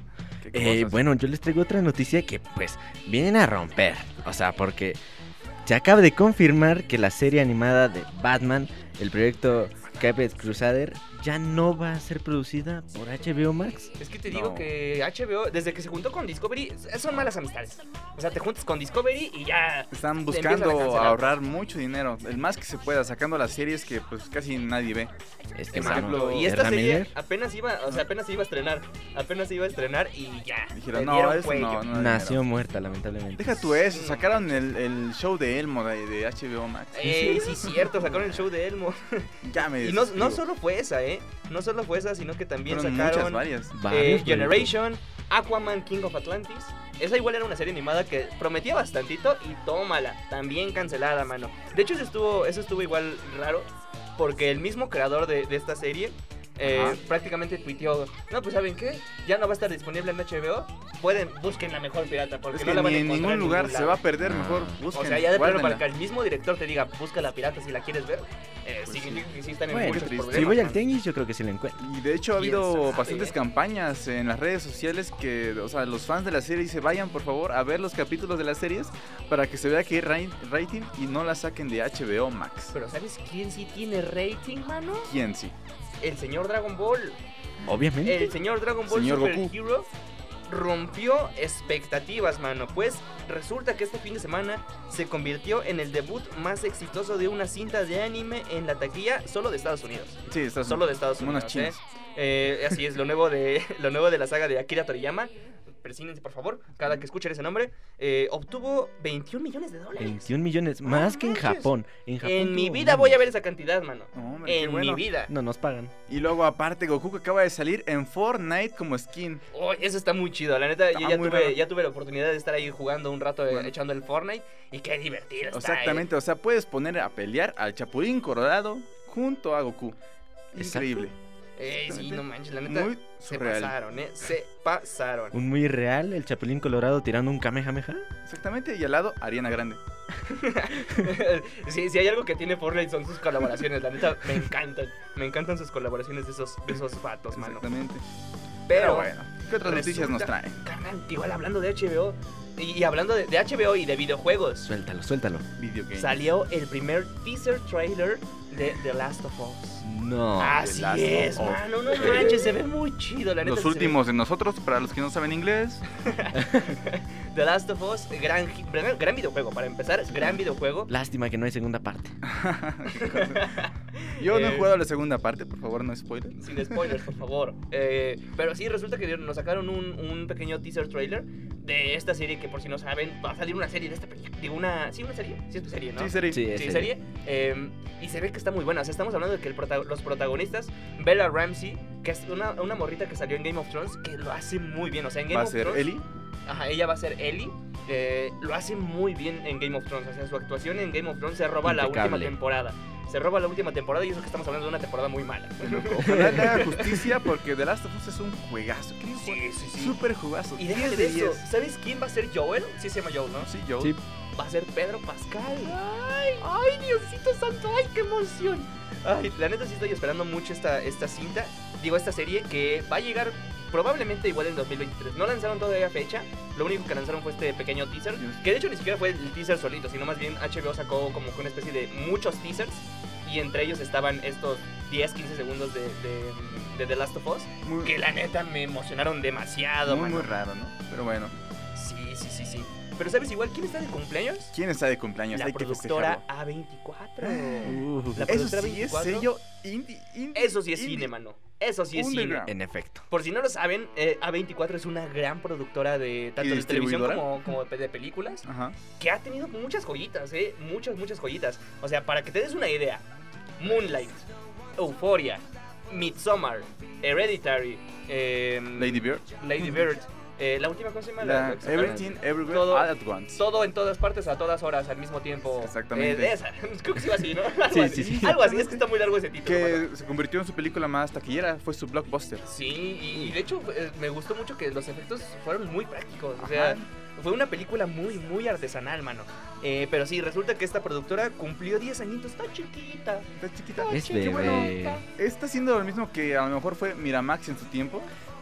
S3: Qué
S4: Eh,
S3: cosas.
S4: bueno, yo les traigo otra noticia que pues vienen a romper. O sea, porque se acaba de confirmar que la serie animada de Batman, el proyecto Caped Crusader, ya no va a ser producida por HBO Max.
S2: Es que te digo
S3: No.
S2: que HBO, desde que se juntó con Discovery, s- son malas amistades. O sea, te juntas con Discovery y ya.
S3: Están
S2: te empiezan a
S3: buscando
S2: cancelar.
S3: ahorrar mucho dinero. El más que se pueda, sacando las series que pues casi nadie ve.
S4: Es que,
S3: Por ejemplo,
S4: mano,
S2: Y esta
S4: Ezra
S2: serie
S4: Miller,
S2: apenas iba, o sea, apenas se iba a estrenar. Apenas se iba a estrenar y ya.
S3: Dijeron,
S2: le
S3: no,
S2: dieron
S3: eso
S2: cuello.
S3: no, no. hay
S4: nació
S3: dinero".
S4: muerta, lamentablemente.
S3: Deja tu eso.
S2: No.
S3: Sacaron el, el show de Elmo de, de HBO Max.
S2: Eh, sí, cierto, sacaron el show de Elmo.
S3: Ya me
S2: Y no, no
S3: desescribo.
S2: solo fue esa, ¿eh? No solo fue esa, sino que también
S3: Fueron muchas,
S2: sacaron
S3: varias.
S4: Varios
S2: Eh,
S4: proyectos.
S2: Generation, Aquaman, King of Atlantis. Esa igual era una serie animada que prometía bastantito y tómala, también cancelada, mano. De hecho, eso estuvo, eso estuvo igual raro, porque el mismo creador de, de esta serie eh,
S3: Ajá.
S2: prácticamente tuiteó, no, pues ¿saben qué? Ya no va a estar disponible en HBO, pueden, busquen la mejor pirata, porque
S3: Es
S2: no
S3: que
S2: la van
S3: ni
S2: a
S3: en
S2: encontrar
S3: ningún
S2: en
S3: lugar
S2: ningún
S3: se va
S2: lado".
S3: a perder.
S4: No.
S3: Mejor
S2: O
S3: busquen.
S2: sea, ya de plano para
S3: guárdenla.
S2: que el mismo director te diga, busca la pirata si la quieres ver, eh,
S3: Pues
S2: significa
S3: sí. pues,
S2: que sí están en
S4: Bueno,
S2: muchos
S3: triste.
S4: Si
S2: problemas,
S4: voy al
S2: mano.
S4: tenis, yo creo que sí la encuentro.
S3: Y de hecho ha
S2: ¿Quién
S3: habido
S2: sabe?
S3: bastantes campañas en las redes sociales que, o sea, los fans de la serie se vayan por favor a ver los capítulos de las series para que se vea que hay ra- rating y no la saquen de HBO Max.
S2: Pero ¿sabes quién sí tiene rating, mano?
S3: ¿Quién sí?
S2: El señor Dragon Ball.
S4: Obviamente.
S2: El señor Dragon Ball
S3: Señor
S2: Super
S3: Goku.
S2: Hero rompió expectativas, mano. Pues resulta que este fin de semana se convirtió en el debut más exitoso de una cinta de anime en la taquilla solo de Estados Unidos.
S3: Sí, estás
S2: Solo de Estados
S3: como unas
S2: Unidos. ¿eh?
S3: chinas.
S2: Eh, así es, lo nuevo, de, lo nuevo de la saga de Akira Toriyama. Persínense, por favor, cada que escuchen ese nombre. eh, obtuvo 21 millones de dólares.
S4: 21 millones, más que en
S2: manches.
S4: Japón. En, Japón
S2: En mi
S4: tuvo
S2: vida
S4: menos.
S2: voy a ver esa cantidad, mano.
S3: No, hombre, qué
S2: En mi
S3: bueno.
S2: vida.
S4: No nos pagan.
S3: Y luego aparte Goku que acaba de salir en Fortnite como skin.
S2: Oh, eso está muy chido, la neta.
S3: Está
S2: Yo ya
S3: muy raro.
S2: tuve, ya tuve la oportunidad de estar ahí jugando un rato, eh,
S3: Bueno.
S2: echando el Fortnite. Y qué divertido. está, eh.
S3: Exactamente, o sea, puedes poner a pelear al Chapulín Colorado junto a Goku.
S4: Exacto.
S3: Increíble.
S2: Eh, sí, no manches, la neta.
S3: Muy
S2: se
S3: surreal.
S2: pasaron, ¿eh? Se pasaron.
S4: Un muy real, el Chapulín Colorado tirando un Kamehameha.
S3: Exactamente, y al lado Ariana Grande.
S2: si, si hay algo que tiene Fortnite son sus colaboraciones, la neta. Me encantan. Me encantan sus colaboraciones de esos, de esos vatos, mano.
S3: Exactamente.
S2: Pero,
S3: bueno, ¿qué otras noticias nos
S2: resulta-
S3: traen?
S2: carnal, que igual hablando de HBO. Y, y hablando de, de HBO y de videojuegos.
S4: Suéltalo, suéltalo.
S3: Videogames.
S2: Salió el primer teaser trailer de The Last of Us.
S4: No.
S2: Así
S3: Last
S2: es,
S3: of Us.
S2: mano. No manches, se ve muy chido, la neta.
S3: Los
S2: se ve-
S3: últimos de nosotros, para los que no saben inglés.
S2: The Last of Us, gran, gi- gran, gran videojuego. Para empezar, gran videojuego.
S4: Lástima que no hay segunda parte.
S3: Yo no
S2: Eh.
S3: he jugado la segunda parte, por favor, no spoiler.
S2: Sin spoilers, por favor. Eh, pero sí, resulta que dieron- nos sacaron un, un pequeño teaser trailer de esta serie que, por si no saben, va a salir una serie de esta película. Digo, una. Sí, una serie. Sí, es tu serie, ¿no?
S3: Sí, serie.
S4: Sí,
S2: Sí,
S4: es
S2: serie. Eh, y se ve que está muy buena. O sea, estamos hablando de que el prota- los protagonistas, Bella Ramsey, que es una, una morrita que salió en Game of Thrones, que lo hace muy bien. O sea, en Game
S3: ¿Va a
S2: of
S3: ser
S2: Thrones.
S3: Ellie?
S2: Ajá, ella va a ser Ellie. eh, lo hace muy bien en Game of Thrones. O sea, su actuación en Game of Thrones se roba la última
S4: Impecable.
S2: temporada. Se roba la última temporada y eso que estamos hablando de una temporada muy mala.
S3: Ojalá le haga justicia porque The Last of Us es un juegazo. ¿Qué es?
S2: Sí, sí, sí.
S3: Súper jugazo.
S2: Y
S3: 10
S2: déjate
S3: de
S2: de eso.
S3: 10.
S2: ¿Sabes quién va a ser Joel? Sí se llama Joel, ¿no?
S3: Sí, yo.
S4: Sí.
S2: Va a ser Pedro Pascal. Ay, ay, Diosito Santo, ay, qué emoción. Ay, la neta sí estoy esperando mucho esta, esta cinta, digo, esta serie que va a llegar probablemente igual en 2023. No lanzaron todavía fecha, lo único que lanzaron fue este pequeño teaser, que de hecho ni siquiera fue el teaser solito, sino más bien HBO sacó como que una especie de muchos teasers y entre ellos estaban estos 10, 15 segundos de, de, de The Last of Us,
S3: Muy,
S2: que la neta me emocionaron demasiado,
S3: muy,
S2: mano.
S3: muy raro, ¿no? Pero bueno,
S2: Sí, sí, sí, sí. Pero ¿sabes igual quién está de cumpleaños?
S3: ¿quién está de cumpleaños?
S2: La
S3: Hay que
S2: productora
S3: festejarlo.
S2: A24.
S4: Uh,
S2: La
S3: Eso
S2: productora
S3: sí es
S2: 24.
S3: sello indie. indie,
S2: Eso sí es
S3: indie.
S2: cine, mano. Eso sí es cine.
S3: Underground.
S4: En efecto.
S2: Por si no lo saben, eh, A24 es una gran productora de tanto de televisión
S3: distribuidora?
S2: como, como de películas
S3: Ajá.
S2: que ha tenido muchas joyitas, ¿eh? Muchas, muchas joyitas. O sea, para que te des una idea, Moonlight, Euphoria, Midsommar, Hereditary, eh,
S3: Lady Bird.
S2: Lady Bird, eh, la última, ¿cómo se llama? La-
S3: La
S2: la-
S3: Everything, Everywhere,
S2: Todo-
S3: All at Once.
S2: todo en todas partes, a todas horas, al mismo tiempo.
S3: Exactamente.
S2: Eh, de esa. Creo que sí va así, ¿no? Algo
S4: Sí,
S2: así.
S4: sí, sí.
S2: Algo así, es que está muy largo ese título. mano.
S3: Que se convirtió en su película más taquillera. Fue su blockbuster.
S2: Sí, y, y de hecho eh, me gustó mucho que los efectos fueron muy prácticos. O sea,
S3: Ajá.
S2: fue una película muy, muy artesanal, mano. Eh, pero sí, resulta que esta productora cumplió 10 añitos, está chiquita.
S3: Está chiquita.
S4: Es
S3: Qué
S4: bebé.
S3: Está haciendo lo mismo que a lo mejor fue Miramax en su tiempo.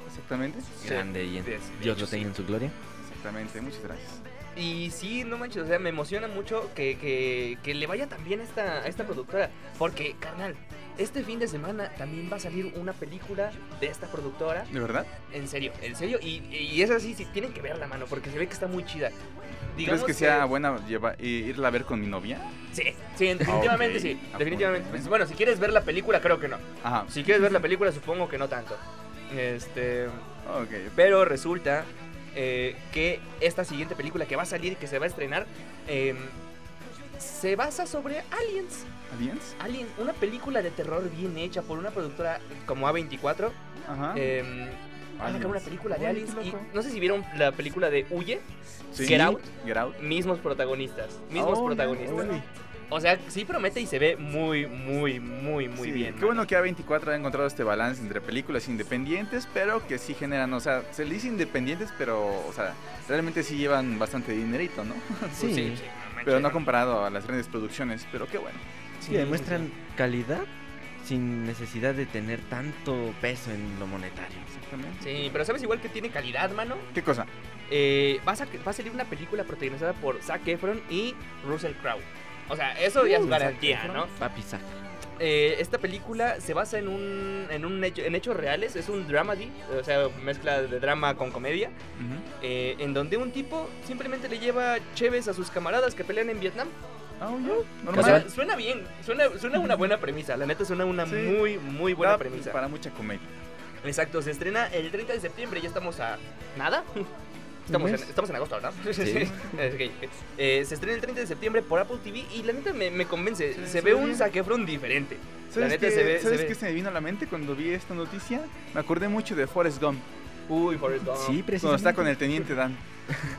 S3: Exactamente.
S4: Grande y en-
S2: De- de
S4: Dios
S2: hecho,
S4: lo tenga
S2: sí.
S4: en su gloria.
S3: Exactamente. Muchas gracias.
S2: Y sí, no manches, o sea, me emociona mucho que, que, que le vaya tan bien a esta, a esta productora. Porque, carnal, este fin de semana también va a salir una película de esta productora.
S3: ¿De verdad?
S2: En serio, en serio. Y, y es así, sí, tienen que verla, mano, porque se ve que está muy chida.
S3: ¿Crees
S2: Digamos
S3: que sea buena lleva- i- irla a ver con mi novia?
S2: Sí, sí, definitivamente
S3: ok.
S2: sí.
S3: Ah,
S2: Definitivamente. Pues
S3: muy bien.
S2: Bueno, si quieres ver la película, creo que no.
S3: Ajá.
S2: Si quieres ver la película, supongo que no tanto. Este.
S3: Ok.
S2: Pero resulta eh, que esta siguiente película que va a salir y que se va a estrenar. eh, se basa sobre Aliens.
S3: ¿Aliens?
S2: Alien, una película de terror bien hecha por una productora como A24.
S3: Ajá.
S2: eh, va a sacar una
S3: Aliens.
S2: película de
S3: Ay,
S2: Aliens.
S3: Ah, qué
S2: Y
S3: loco.
S2: no sé si vieron la película de Huye.
S3: Sí.
S2: Get Out.
S3: Get Out.
S2: Mismos protagonistas. Mismos
S3: Oh,
S2: protagonistas.
S3: uy.
S2: O sea, sí promete y se ve muy, muy, muy, muy
S3: Sí,
S2: bien.
S3: Qué
S2: mano.
S3: bueno que A24 ha encontrado este balance entre películas independientes, pero que sí generan, o sea, se le dice independientes, pero, o sea, realmente sí llevan bastante dinerito, ¿no?
S2: Pues
S4: Sí,
S2: sí, no
S3: Pero
S2: manches.
S3: no comparado a las grandes producciones, pero qué bueno.
S4: sí, demuestran calidad sin necesidad de tener tanto peso en lo monetario.
S3: Exactamente.
S2: Sí, pero sabes igual que tiene calidad, mano.
S3: ¿Qué cosa?
S2: Eh, va, a sa- va a salir una película protagonizada por Zac Efron y Russell Crowe. O sea, eso ya
S3: Uh,
S2: es garantía, ¿no?
S4: Papi saca.
S2: Eh, esta película se basa en un, en un hecho, en hechos reales, es un dramedy, o sea, mezcla de drama con comedia,
S3: Ujú.
S2: eh, en donde un tipo simplemente le lleva cheves a sus camaradas que pelean en Vietnam.
S3: Ah, oye,
S2: O sea,
S3: normal.
S2: suena bien, suena, suena una buena premisa, la neta suena una
S3: Sí.
S2: muy, muy buena
S3: Da
S2: premisa.
S3: Para mucha comedia.
S2: Exacto, se estrena el 30 de septiembre, ya estamos a nada. Estamos, en,
S4: mes.
S2: estamos en agosto, ¿verdad?
S4: Sí.
S2: Ok. Eh, se estrena el 30 de septiembre por Apple TV y la neta me, me convence. se ve un saquefrón diferente.
S3: ¿Sabes,
S2: neta
S3: qué,
S2: se ve- se
S3: ¿sabes
S2: ve.
S3: qué se me vino a la mente cuando vi esta noticia? Me acordé mucho de Forrest Gump,
S2: Uy, Forrest Gump.
S4: Sí, precisamente.
S3: cuando está con el teniente Dan.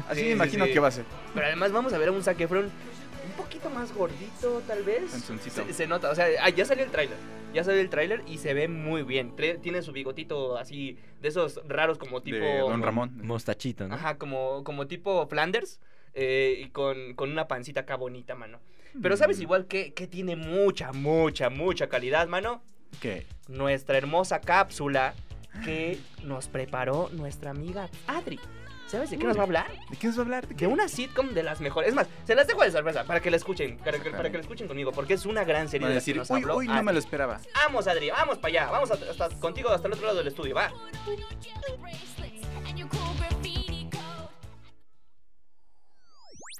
S3: Así
S2: Sí,
S3: me
S2: sí,
S3: imagino
S2: sí.
S3: que va a ser.
S2: Pero además vamos a ver a un saquefrón un poquito más gordito, tal vez.
S3: Panzoncito.
S2: Se, se nota, o sea, ah, ya salió el tráiler. Ya salió el tráiler y se ve muy bien. Tre- tiene su bigotito así, de esos raros como tipo...
S3: de Don Ramón.
S4: Mostachito, ¿no?
S2: Ajá, como, como tipo Flanders eh, y con, con una pancita acá bonita, mano.
S3: Mm.
S2: Pero sabes igual que, que tiene mucha, mucha, mucha calidad, mano.
S3: ¿Qué?
S2: Nuestra hermosa cápsula que nos preparó nuestra amiga Adri. ¿Sabes de qué nos va a hablar?
S3: ¿De qué nos va a hablar? ¿De qué?
S2: De una sitcom de las mejores. Es más, se las dejo de sorpresa para que la escuchen, para que, para que la escuchen conmigo, porque es una gran serie
S3: Van a
S2: de las que
S3: decir,
S2: nos
S3: uy,
S2: habló Ah,
S3: uy, no
S2: Adri".
S3: me lo esperaba.
S2: Vamos, Adri, vamos para allá. Vamos hasta- hasta contigo hasta el otro lado del estudio, va.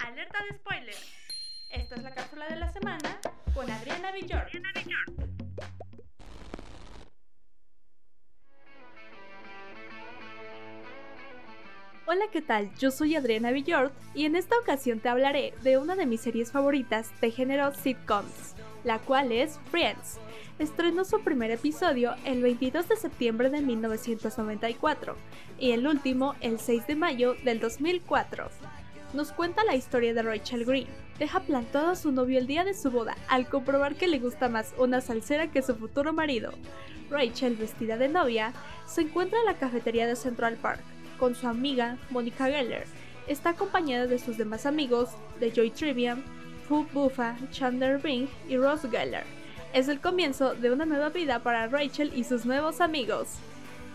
S7: Alerta de spoiler. Esta es la cápsula de la semana con Adriana Villor. Hola, ¿qué tal? Yo soy Adriana Villord y en esta ocasión te hablaré de una de mis series favoritas de género sitcoms, la cual es Friends. Estrenó su primer episodio el 22 de septiembre de 1994 y el último el 6 de mayo del 2004. Nos cuenta la historia de Rachel Green. Deja plantado a su novio el día de su boda al comprobar que le gusta más una salsera que su futuro marido. Rachel, vestida de novia, se encuentra en la cafetería de Central Park con su amiga Monica Geller. Está acompañada de sus demás amigos, de Joy Trivium, Fu Buffa, Chandler Bing y Ross Geller. Es el comienzo de una nueva vida para Rachel y sus nuevos amigos.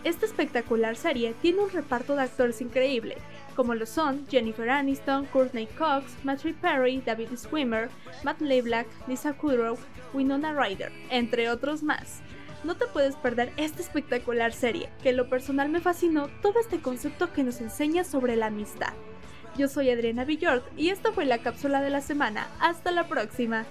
S7: Esta espectacular serie tiene un reparto de actores increíble, como lo son Jennifer Aniston, Courtney Cox, Matthew Perry, David Swimmer, Matt LeBlanc, Lisa Kudrow, Winona Ryder, entre otros más. No te puedes perder esta espectacular serie, que en lo personal me fascinó todo este concepto que nos enseña sobre la amistad. Yo soy Adriana Villord y esta fue la cápsula de la semana. Hasta la próxima.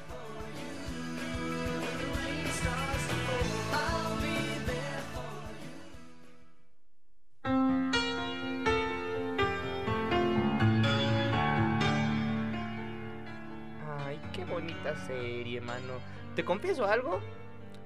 S2: Ay, qué bonita serie, mano. ¿Te confieso algo?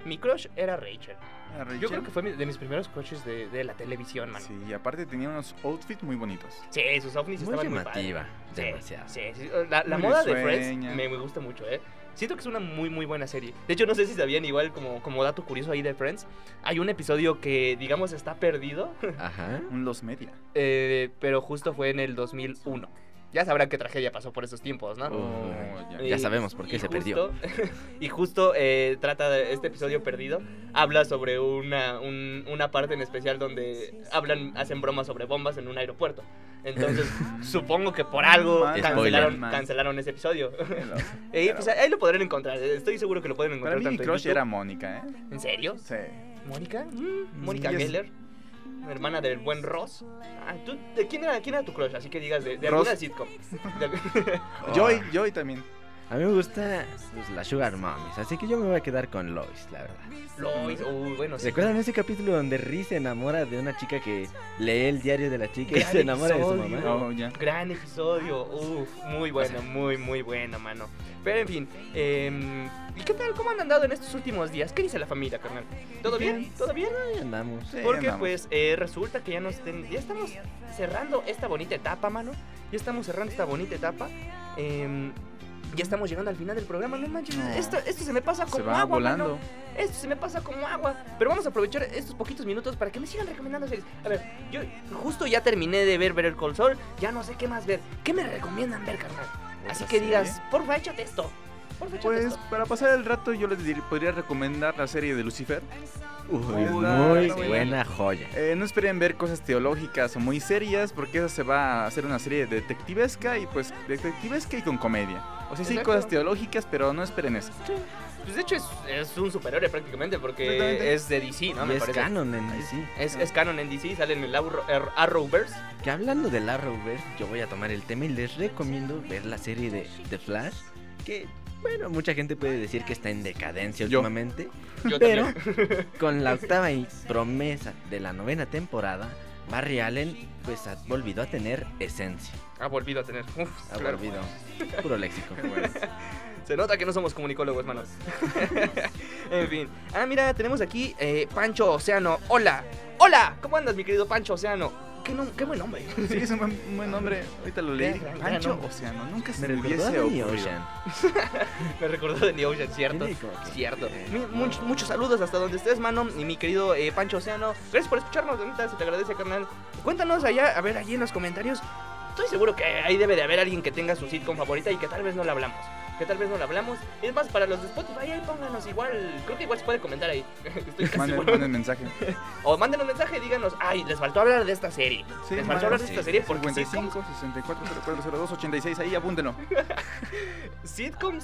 S2: Mi crush era Rachel.
S3: Ah,
S2: Yo
S3: Rachel.
S2: creo que fue mi- de mis primeros crushes de, de la televisión, mano. Sí,
S3: Sí, y aparte tenía unos outfits muy bonitos.
S2: sus ovnis
S4: Muy
S2: estaban muy padres.
S4: llamativa.
S2: Sí,
S4: Demasiado.
S2: Sí, sí. La, la
S3: Muy
S2: moda de
S3: risueña.
S2: Friends me, me gusta mucho, ¿eh? Siento que es una muy, muy buena serie. De hecho, no sé si sabían, igual como, como dato curioso ahí de Friends, hay un episodio que, digamos, está perdido,
S4: Ajá.
S3: Un Los Media.
S2: eh, pero justo fue en el 2001. Ya sabrán qué tragedia pasó por esos tiempos, Ah, ¿no?
S4: Oh,
S3: ya.
S4: ya sabemos por qué
S2: y
S4: se perdió.
S2: justo- y justo eh, trata de este episodio perdido. Habla sobre una, un- una parte en especial donde hablan, hacen bromas sobre bombas en un aeropuerto. Entonces,
S3: Mm.
S2: supongo que por algo
S3: Mal.
S2: cancelaron,
S3: Spoiler.
S2: cancelaron ese episodio.
S3: Hello.
S2: Eh, pues, ahí lo podrán encontrar. Estoy seguro que lo pueden
S3: Para
S2: encontrar.
S3: mí mi
S2: tanto en
S3: crush
S2: YouTube-
S3: era Mónica, ¿eh?
S2: ¿En serio?
S3: Sí.
S2: ¿Mónica? Mm, Mónica
S3: Sí, es-
S2: Geller. Hermana del buen Ross. Ah, ¿tú- de quién, era, ¿Quién era tu crush? Así que digas de, de
S3: Ross.
S2: alguna sitcom. De-
S3: Joy, Joy también.
S4: A mí me gusta pues, la Sugar Mommies, así que yo me voy a quedar con Lois, la verdad.
S2: Lois. uy, bueno, sí.
S4: ¿Recuerdan ese capítulo donde Reese se enamora de una chica que lee el diario de la chica y
S2: Gran
S4: se enamora de su
S2: episodio.
S4: mamá?
S3: Oh, ya.
S2: Gran episodio. Uf, muy bueno, muy, muy bueno, mano. Pero en fin. em, ¿Y qué tal? ¿Cómo han andado en estos últimos días? ¿Qué dice la familia, carnal? ¿Todo bien? ¿Todo bien?
S4: Ahí andamos.
S3: Sí,
S2: Porque
S3: andamos.
S2: pues eh, resulta que ya nos ten- ya estamos cerrando esta bonita etapa, mano. Ya estamos cerrando esta bonita etapa. Em, ya estamos llegando al final del programa, no manches.
S3: No.
S2: Esto, esto se me pasa
S3: Se
S2: como
S3: va
S2: agua, mano.
S3: volando.
S2: Esto se me pasa como agua. Pero vamos a aprovechar estos poquitos minutos para que me sigan recomendando series. A ver, yo justo ya terminé de ver Ver el Sol. Ya no sé qué más ver. ¿Qué me recomiendan ver, carnal? Así que
S3: serie?
S2: digas, porfa, échate esto. Porfa, échate
S3: Pues
S2: esto.
S3: para pasar el rato yo les dir- podría recomendar la serie de Lucifer.
S4: Uy,
S3: Está
S4: muy
S3: bueno.
S4: buena joya.
S3: Eh, no esperen ver cosas teológicas o muy serias porque esa se va a hacer una serie detectivesca y pues detectivesca y con comedia. O sea, sí,
S2: Exacto.
S3: cosas teológicas, pero no esperen eso.
S2: Pues de hecho es, es un superhéroe prácticamente porque
S3: Exactamente.
S2: es de DC, ¿no?
S4: Y
S2: Me
S4: es
S2: parece.
S4: canon en DC.
S2: Es, es canon en DC, sale en el Arrow- Ar- Arrowverse.
S4: Que hablando del Arrowverse, yo voy a tomar el tema y les recomiendo ver la serie de The Flash, que bueno, mucha gente puede decir que está en decadencia
S3: Yo.
S4: últimamente,
S2: Yo
S4: pero
S2: también.
S4: con la octava y promesa de la novena temporada, Barry Allen pues ha- volvido a tener esencia.
S2: Ha volvido a tener. Uf,
S4: Ha
S2: claro.
S4: volvido. Puro léxico.
S2: Se nota que no somos comunicólogos, manos. en fin. Ah, mira, tenemos aquí eh, Pancho Océano. Hola. Hola. ¿Cómo andas, mi querido Pancho Océano? Qué, nom- qué buen nombre.
S3: Sí, es un buen, un buen nombre. Ahorita lo leí.
S2: Gran, gran
S3: Pancho
S2: nombre.
S3: Océano. Nunca
S4: Me
S3: se me
S4: recordó a
S3: hubiese
S4: Danny
S3: ocurrido.
S4: Ocean.
S2: Me recordó de New Ocean, ¿cierto?
S4: Tiene como que-
S2: Cierto.
S3: Eh,
S2: Mi- much- muchos saludos hasta donde estés, mano. Y mi querido eh, Pancho Océano. Gracias por escucharnos, la neta, se te agradece, carnal. Cuéntanos allá, a ver, allí en los comentarios. Estoy seguro que ahí debe de haber alguien que tenga su sitcom favorita y que tal vez no la hablamos. Que tal vez no la hablamos. Es más, para los de Spotify, ahí pónganos igual. Creo que igual se puede comentar ahí. Estoy casi
S3: Manden,
S2: seguro.
S3: manden mensaje.
S2: O manden un mensaje y díganos, ay, les faltó hablar de esta serie.
S3: Sí,
S2: les
S3: manden.
S2: faltó hablar de esta serie porque
S3: 55, 64, 04, 02, 86, ahí apúntenlo.
S2: sitcoms,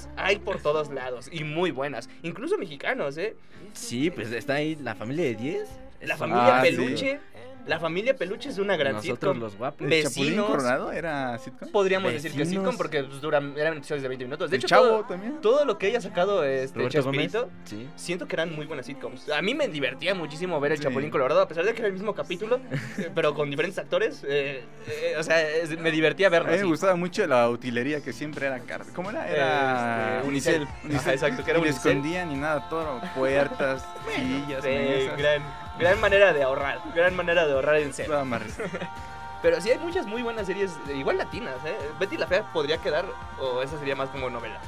S2: sitcoms hay por todos lados y muy buenas. Incluso mexicanos, ¿eh?
S4: Sí, pues está ahí la familia de 10.
S2: La
S4: Es-
S2: familia
S3: Ah, sí.
S2: Peluche. La familia peluche es una gran
S4: Nosotros
S2: sitcom.
S4: los guapos.
S2: Ve-
S3: ¿El Chapulín
S2: Vecinos.
S3: Coronado era sitcom?
S2: Podríamos decir que es
S4: Vecinos.
S2: sitcom porque pues, duran, eran episodios de 20 minutos. De
S3: ¿El
S2: hecho,
S3: Chavo
S2: todo,
S3: también?
S2: todo lo que haya sacado este
S4: Roberto Gómez.
S2: Chespirito,
S4: Sí.
S2: siento que eran muy buenas sitcoms. A mí me divertía muchísimo ver el
S3: Sí.
S2: Chapulín Colorado, a pesar de que era el mismo capítulo, eh, pero con diferentes actores. eh, eh, o sea, es- me divertía
S3: A mí
S2: verlo.
S3: me
S2: sí.
S3: gustaba mucho la utilería que siempre era car- ¿Cómo era? Era
S2: Este,
S3: unicel.
S2: unicel. Ajá, exacto, que era
S3: Ni le
S2: unicel.
S3: escondían ni nada, todo. Puertas, sillas,
S2: Eh,
S3: mesas.
S2: gran, gran manera de ahorrar, gran manera de ahorrar en serio.
S3: Estaba más risa.
S2: Pero sí hay muchas muy buenas series, eh, igual latinas, ¿eh? Betty la Fea podría quedar, o esa sería más como novela.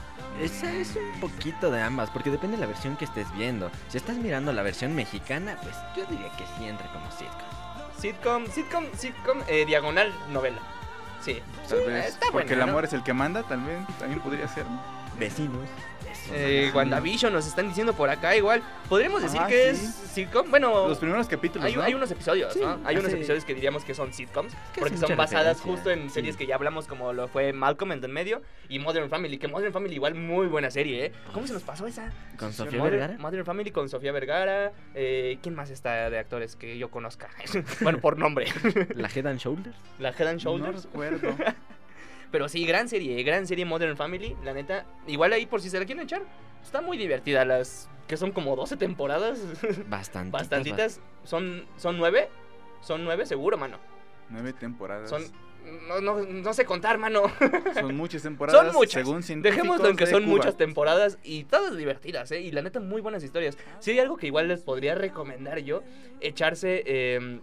S4: Esa es un poquito de ambas, porque depende de la versión que estés viendo. Si estás mirando la versión mexicana, pues yo diría que sí entra como sitcom.
S2: Sitcom, sitcom, sitcom, eh, diagonal, novela. Sí.
S3: Tal
S2: Sí,
S3: vez.
S2: está
S3: Porque
S2: buena,
S3: el
S2: ¿no?
S3: amor es el que manda, también, también podría ser. ¿no?
S4: Vecinos. eso,
S2: Eh,
S4: ajá.
S2: WandaVision nos están diciendo por acá igual. Podríamos decir
S3: Ah,
S2: que
S3: sí.
S2: es sitcom. Bueno,
S3: Los primeros capítulos,
S2: hay,
S3: ¿no?
S2: hay unos episodios,
S4: Sí,
S2: ¿no? Hay unos
S4: hace-
S2: episodios que diríamos que son sitcoms.
S4: que
S2: porque
S4: hace
S2: son
S4: mucha
S2: basadas
S4: referencia,
S2: justo en
S4: sí.
S2: series que ya hablamos, como lo fue Malcolm en el medio y Modern Family. Que Modern Family, igual, muy buena serie, ¿eh? ¿Cómo se nos pasó esa?
S4: Con
S3: Sí, sí,
S4: Sofía
S3: Modern-
S4: Vergara.
S2: Modern Family con Sofía Vergara. eh, ¿Quién más está de actores que yo conozca? bueno, por nombre.
S4: La Head and Shoulders.
S2: La Head and Shoulders.
S3: No recuerdo.
S2: Pero sí, gran serie, gran serie Modern Family, la neta. Igual ahí por si se la quieren echar. Está muy divertida las que son como 12 temporadas,
S4: Bastantitas.
S2: bastantitas. Son son nueve, son nueve seguro, mano.
S3: Nueve temporadas.
S2: Son
S3: Son,
S2: no, no, no sé contar, mano.
S3: muchas temporadas.
S2: Son muchas.
S3: Según
S2: Dejémoslo en que
S3: científicos de
S2: son
S3: Cuba. Ah,
S2: muchas temporadas y todas divertidas, ¿eh? Y la neta, muy buenas historias. Si hay algo que igual les podría recomendar yo, echarse. eh,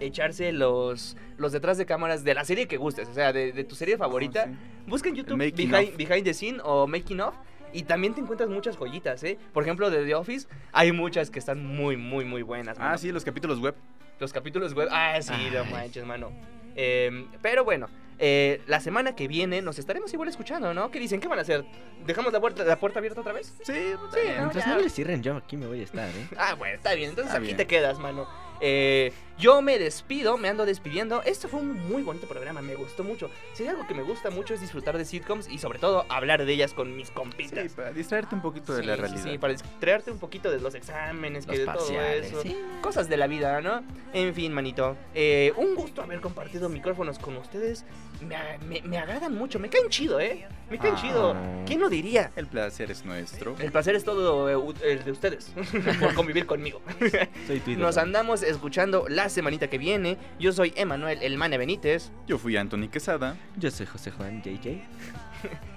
S2: echarse los, los detrás de cámaras de la serie que gustes, o sea, de, de tu serie favorita.
S3: Ah, sí.
S2: Busca en YouTube
S3: El making
S2: behind,
S3: of.
S2: Behind the Scene o Making Of y también te encuentras muchas joyitas, ¿eh? Por ejemplo, de The Office hay muchas que están muy, muy, muy buenas.
S3: Ah,
S2: mano.
S3: sí, los capítulos web.
S2: Los capítulos web. Ah, sí, no
S4: Ay.
S2: manches, mano. Eh, pero bueno, eh, la semana que viene nos estaremos igual escuchando, ¿no? ¿Qué dicen? ¿Qué van a hacer? ¿Dejamos la puerta, la puerta abierta otra vez?
S3: Sí,
S2: Sí, ¿no?
S4: Mientras
S2: Ya.
S4: no le cierren, yo aquí me voy a estar, ¿eh?
S2: Ah, bueno, está bien. Entonces
S3: Está
S2: aquí
S3: bien.
S2: te quedas, mano. Eh, yo me despido, me ando despidiendo. Esto fue un muy bonito programa, me gustó mucho. Si hay algo que me gusta mucho es disfrutar de sitcoms y sobre todo hablar de ellas con mis compitas.
S3: Sí, para distraerte un poquito de
S2: Sí,
S3: la
S2: sí,
S3: realidad.
S2: Sí, para distraerte un poquito de los exámenes, que
S4: Los
S2: de
S4: parciales.
S2: todo eso.
S4: sí.
S2: Cosas de la vida, ¿no? En fin, manito. eh, un gusto haber compartido micrófonos con ustedes. Me, me- me agradan mucho, me caen chido, ¿eh? Me caen
S3: Ah.
S2: chido. ¿Quién lo diría?
S3: El placer es nuestro.
S2: El placer es todo eh, u- el de ustedes por convivir conmigo.
S4: Soy tu ídolo.
S2: Nos andamos escuchando la semanita que viene. Yo soy Emanuel El Mane Benítez.
S3: Yo fui Anthony Quesada.
S4: Yo soy José Juan JJ.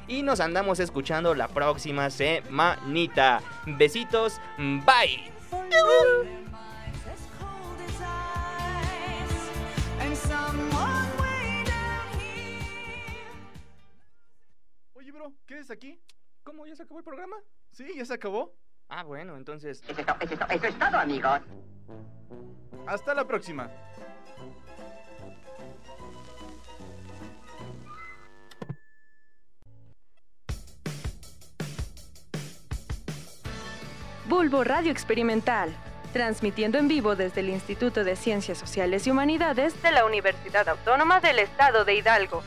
S2: Y nos andamos escuchando la próxima semanita. Besitos. Bye.
S3: Oye, bro, ¿qué es aquí?
S2: ¿Cómo ya se acabó el programa?
S3: Sí, ya se acabó.
S2: Ah, bueno, entonces...
S8: Eso es to- eso es to- eso es todo, amigos.
S3: Hasta la próxima.
S9: Bulbo Radio Experimental, transmitiendo en vivo desde el Instituto de Ciencias Sociales y Humanidades de la Universidad Autónoma del Estado de Hidalgo,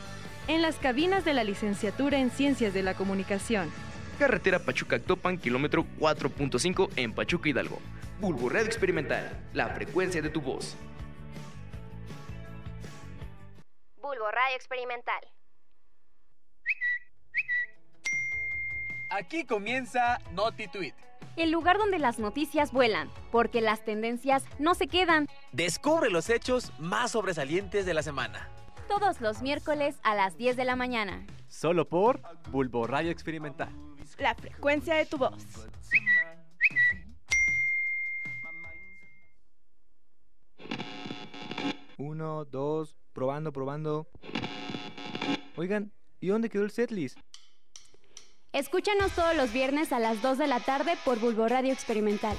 S9: en las cabinas de la Licenciatura en Ciencias de la Comunicación.
S2: Carretera Pachuca-Actopan, kilómetro 4.5 en Pachuca, Hidalgo. Bulbo Red Experimental, la frecuencia de tu voz.
S6: Bulbo Radio Experimental.
S10: Aquí comienza NotiTweet.
S11: El lugar donde las noticias vuelan, porque las tendencias no se quedan.
S10: Descubre los hechos más sobresalientes de la semana.
S11: Todos los miércoles a las 10 de la mañana.
S10: Solo por Bulbo Radio Experimental.
S7: La frecuencia de tu voz.
S2: Uno, dos, probando, probando. Oigan, ¿y dónde quedó el setlist?
S11: Escúchanos todos los viernes a las 2 de la tarde por Bulbo Radio Experimental.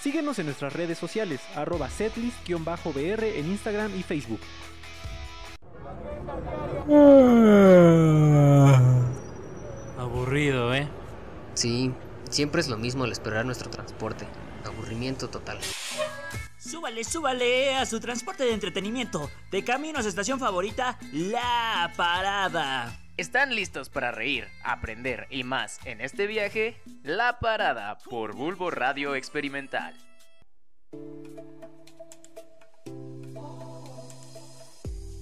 S10: Síguenos en nuestras redes sociales, arroba setlist-br en Instagram y Facebook.
S5: Aburrido, ¿eh?
S8: Sí, siempre es lo mismo al esperar nuestro transporte. Aburrimiento total.
S10: Súbale, súbale eh, a su transporte de entretenimiento. De camino a su estación favorita, La Parada.
S5: ¿Están listos para reír, aprender y más en este viaje? La Parada por Bulbo Radio Experimental.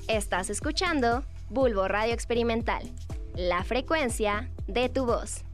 S6: Estás escuchando Bulbo Radio Experimental, la frecuencia de tu voz.